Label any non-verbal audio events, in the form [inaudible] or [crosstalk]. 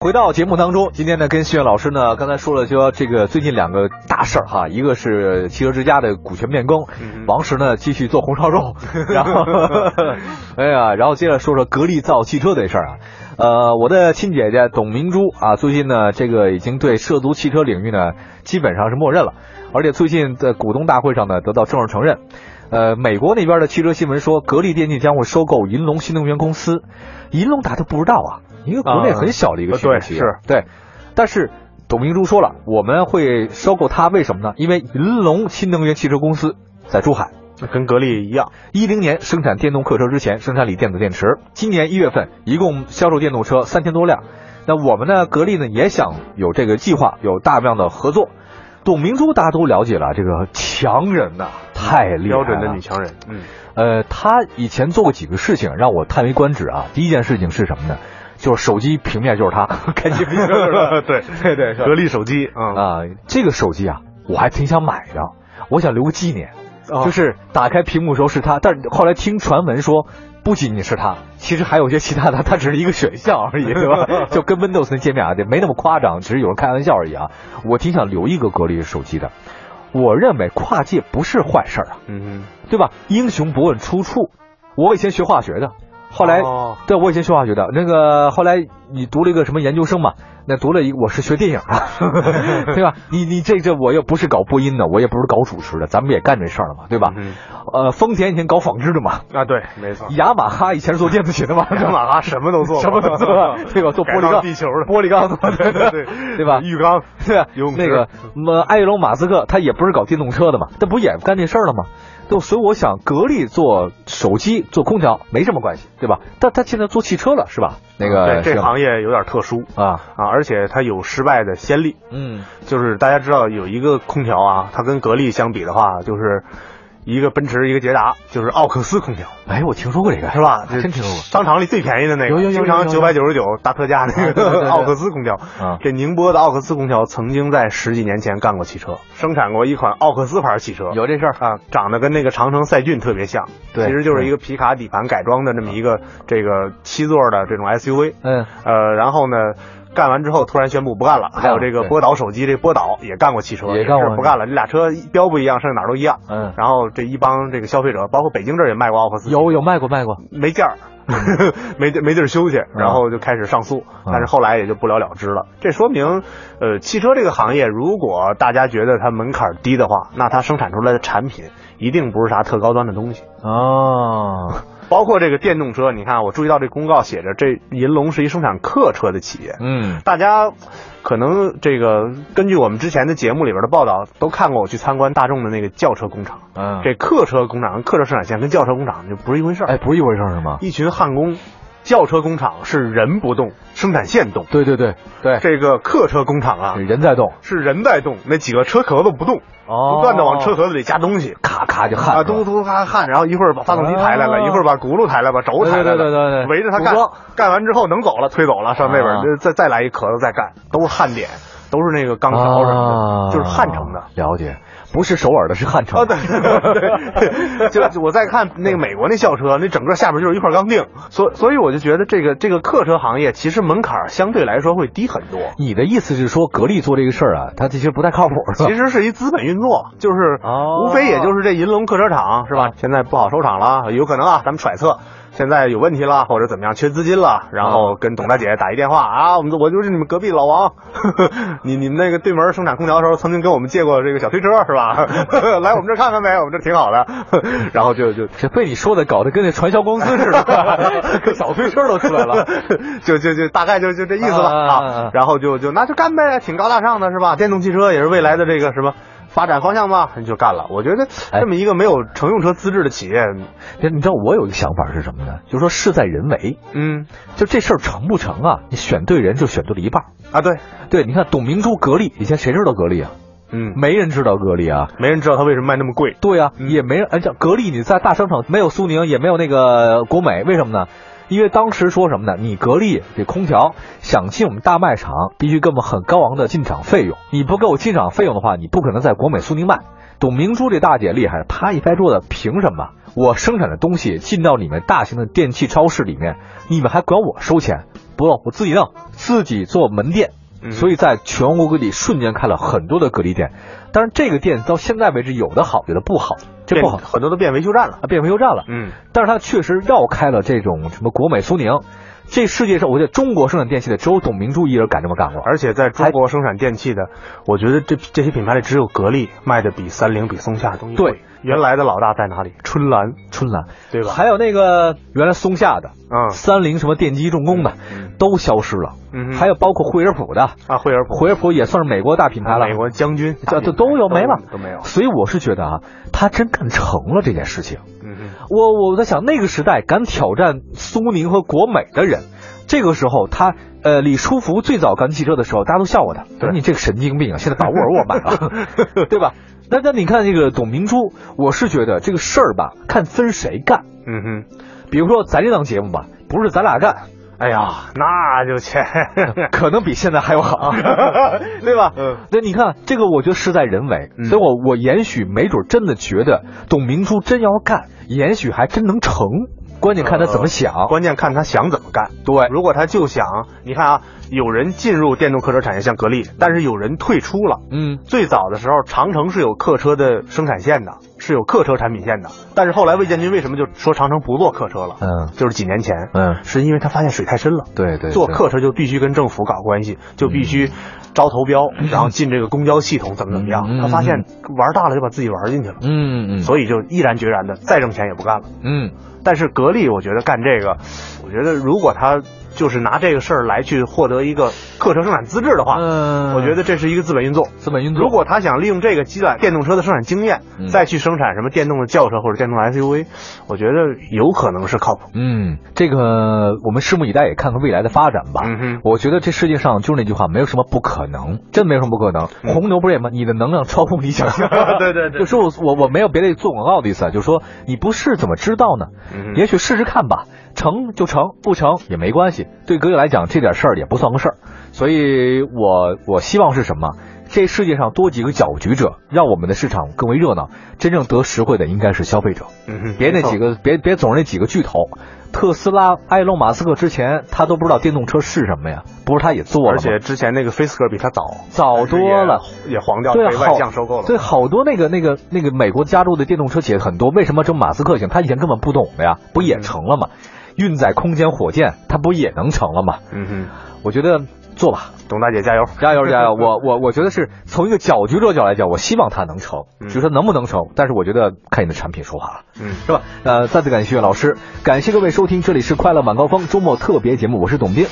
回到节目当中，今天呢，跟谢老师呢，刚才说了说这个最近两个大事儿哈，一个是汽车之家的股权变更，嗯王石呢继续做红烧 [laughs] 肉，然后，哎呀，然后接着说说格力造汽车这事儿啊，呃，我的亲姐姐董明珠啊，最近呢，这个已经对涉足汽车领域呢，基本上是默认了，而且最近在股东大会上呢，得到正式承认。呃，美国那边的汽车新闻说，格力电器将会收购银龙新能源公司。银龙大家都不知道啊，一个国内啊很小的一个呃新能源对企业，是对。但是董明珠说了，我们会收购它，为什么呢？因为银龙新能源汽车公司在珠海。哼，跟格力一样，一零年生产电动客车之前，生产锂电子电池。今年一月份，一共销售电动车三千多辆。那我们呢，格力呢也想有这个计划，有大量的合作。董明珠大家都了解了，这个强人呐、太厉害了，标准的女强人。嗯，呃，他以前做过几个事情让我叹为观止啊。第一件事情是什么呢？就是手机平面就是 [laughs] 他，感觉屏就是他 [laughs] 对 [laughs] 对对格是力手机啊，啊、这个手机啊，我还挺想买的，我想留个纪念。哦就是打开屏幕的时候是他，但是后来听传闻说，不仅仅是他，其实还有一些其他的， [laughs] 他只是一个选项而已，对 [laughs] 吧？就跟 Windows 那界面啊，这没那么夸张，只是有人开玩笑而已啊。我挺想留一个格力手机的，我认为跨界不是坏事儿啊。嗯对吧？英雄不问出处。我以前学化学的，后来、哦对我以前学化学的，那个后来你读了一个什么研究生嘛？那读了一我是学电影的， [laughs] 对吧？你你这这我又不是搞播音的，我也不是搞主持的，咱们也干这事儿了嘛，对吧？嗯呃，丰田以前搞纺织的嘛，哼，啊，对，没错，雅马哈以前是做电子琴 [laughs] 的嘛，雅马哈什么都做过，什么都做， [laughs] 对吧？做玻璃改造钢、地球的，玻璃钢的嘛，对吧对 [laughs] 对吧？ [laughs] 浴缸，对 [laughs] 啊游泳，池那 [laughs] 个么埃隆马斯克他也不是搞电动车的嘛，他不也干这事儿了吗？就所以我想，格力做手机、做空调没什么关系，对吧？但他现在做汽车了，是吧？那个对这呃是行业有点特殊啊，啊，而且它有失败的先例，嗯，就是大家知道有一个空调啊，它跟格力相比的话，就是一个奔驰，一个捷达，就是奥克斯空调。哎，我听说过这个，是吧？真听说过。商场里最便宜的那有有有有个，经常有九有百九十九大特价那对对对个奥克斯空调嗯。这宁波的奥克斯空调曾经在十几年前干过汽车，生产过一款奥克斯牌汽车。有这事儿啊，长得跟那个长城赛骏特别像，对啊其实就是一个皮卡底盘改装的这么一个这个七座的这种 SUV。嗯，呃，然后呢，干完之后突然宣布不干了。还有这个对波导手机，这波导也干过汽车，也干过是不干了。这俩车标不一样，剩下哪儿都一样。嗯然后这一帮这个消费者，包括北京这儿也卖过奥克斯，有有卖过卖 [laughs] 过，没价儿，嗯没地没地儿修去，然后就开始上诉，但是后来也就不了了之了。这说明，呃，汽车这个行业，如果大家觉得它门槛低的话，那它生产出来的产品一定不是啥特高端的东西。哦，包括这个电动车，你看，我注意到这公告写着，这银龙是一生产客车的企业。嗯，大家可能这个根据我们之前的节目里边的报道，都看过我去参观大众的那个轿车工厂。嗯，这客车工厂、客车生产线跟轿车工厂就不是一回事儿。哎，不是一回事儿是吗？一群焊工，轿车工厂是人不动，生产线动；对对对对，这个客车工厂啊，人在动，是人在动，那几个车壳子不动，哦不断的往车壳子里加东西，咔咔就焊啊，是吧嘟嘟咔焊，然后一会儿把发动机抬来了，哦一会儿把轱辘抬来，把轴抬来了，对对对对对围着它组干装，干完之后能走了，推走了，上那边、啊再再来一壳子再干，都是焊点，都是那个钢条什么的，啊就是焊成的。了解，不是首尔的，是汉城啊，对 [laughs] [laughs] 对对，就就我在看那个美国那校车，那整个下边就是一块钢锭，所所以我就觉得这个这个客车行业其实门槛儿相对来说会低很多。你的意思是说，格力做这个事儿啊，它其实不太靠谱，是吧？其实是一资本运作，就是哦无非也就是这银龙客车厂是吧？现在不好收场了，有可能啊，咱们揣测现在有问题了，或者怎么样，缺资金了，然后跟董大姐打一电话啊，我们我就是你们隔壁老王， [laughs] 你你们那个对门生产空调的时候，曾经跟我们借过这个小推车是吧？ [laughs] 来我们这儿看看呗，我们这儿挺好的， [laughs] 然后就就 [laughs] 这被你说的搞得跟那传销公司似的， [laughs] 跟小推车都出来 [laughs] 了。就就就大概就就这意思吧啊啊啊啊啊，然后就就那就干呗，挺高大上的是吧？电动汽车也是未来的这个什么发展方向吧，就干了。我觉得哎这么一个没有乘用车资质的企业，你你知道我有一个想法是什么呢？就是说事在人为，嗯就这事儿成不成啊？你选对人就选对了一半儿。啊对，对，你看董明珠、格力，以前谁知道格力啊？嗯，没人知道格力啊。没人知道它为什么卖那么贵。对啊，嗯也没人。哎，像格力，你在大商场没有苏宁，也没有那个国美，为什么呢？因为当时说什么呢？你格力这空调想进我们大卖场，必须给我们很高昂的进场费用。你不给我进场费用的话，你不可能在国美苏宁卖。董明珠这大姐厉害，啪一拍桌子，凭什么我生产的东西进到你们大型的电器超市里面，你们还管我收钱？不用，我自己弄，自己做门店。嗯所以在全国各地瞬间开了很多的格力店，但是这个店到现在为止，有的好，有的不好，这不好变很多都变维修站了。啊，变回油站了。嗯，但是它确实绕开了这种什么国美、苏宁，这世界上我觉得中国生产电器的只有董明珠一人敢这么干过。而且在中国生产电器的，我觉得这这些品牌里只有格力卖的比三菱、比松下的东西贵对。原来的老大在哪里？春兰，春兰，对吧？还有那个原来松下的、嗯三菱什么电机重工的，嗯都消失了。嗯哼还有包括惠而浦的，啊，惠而浦、惠而浦也算是美国大品牌了，美国将军，这这都有没了，都没有。所以我是觉得啊，他真干成了这件事情。嗯哼。我我在想，那个时代敢挑战苏宁和国美的人，这个时候他呃，李书福最早干汽车的时候，大家都笑话他，说对你这个神经病啊，现在把沃尔沃买 [laughs] 了，对吧？那那你看这个董明珠，我是觉得这个事儿吧，看分谁干。嗯哼，比如说咱这档节目吧，不是咱俩干，哎呀，那就切，可能比现在还要好， [laughs] 对吧？啊嗯那你看这个，我觉得事在人为，嗯所以我我也许没准真的觉得董明珠真要干，也许还真能成，关键看他怎么想。 [laughs] 关键看他想怎么干。对如果他就想，你看啊，有人进入电动客车产业，像格力，但是有人退出了。嗯，最早的时候，长城是有客车的生产线的，是有客车产品线的。但是后来魏建军为什么就说长城不做客车了？嗯就是几年前，嗯是因为他发现水太深了。对嗯对，做对客车就必须跟政府搞关系，就必须招投标，然后进这个公交系统，怎么怎么样嗯嗯嗯？他发现玩大了就把自己玩进去了，嗯嗯所以就毅然决然的再挣钱也不干了。嗯但是格力，我觉得干这个，我觉得如果他就是拿这个事儿来去获得一个客车生产资质的话，嗯我觉得这是一个资本运作。资本运作，如果他想利用这个积攒电动车的生产经验嗯，再去生产什么电动的轿车或者电动的 SUV，我觉得有可能是靠谱。嗯，这个我们拭目以待，也看看未来的发展吧。嗯哼我觉得这世界上就是那句话，没有什么不可能，真没有什么不可能。红牛不是也吗？你的能量超乎你想象。嗯 [laughs] 对对对 [laughs] 就说我我我没有别的做广告的意思啊，就是说你不试怎么知道呢？嗯也许试试看吧，成就成，不成也没关系。对哥哥来讲，这点事儿也不算个事儿。所以我我希望是什么？这世界上多几个搅局者，让我们的市场更为热闹。真正得实惠的应该是消费者。嗯哼，别那几个，个，别别总是那几个巨头。特斯拉，埃隆·马斯克之前他都不知道电动车是什么呀，不是他也做了吗？而且之前那个菲斯科比他早早多了，也也黄掉对被好外向收购了。对，好多那个那个那个美国加入的电动车企业很多，为什么争马斯克型？他以前根本不懂的嗯呀，不也成了吗？运载空间火箭，它不也能成了吗？嗯我觉得做 [laughs] 吧，哼，董大姐加油！加油加油！我我我觉得是从一个搅局者角来讲，我希望它能成，嗯至于说能不能成，但是我觉得看你的产品说话了。嗯。是吧？呃，再次感谢老师，感谢各位收听，这里是快乐晚高峰周末特别节目，我是董斌。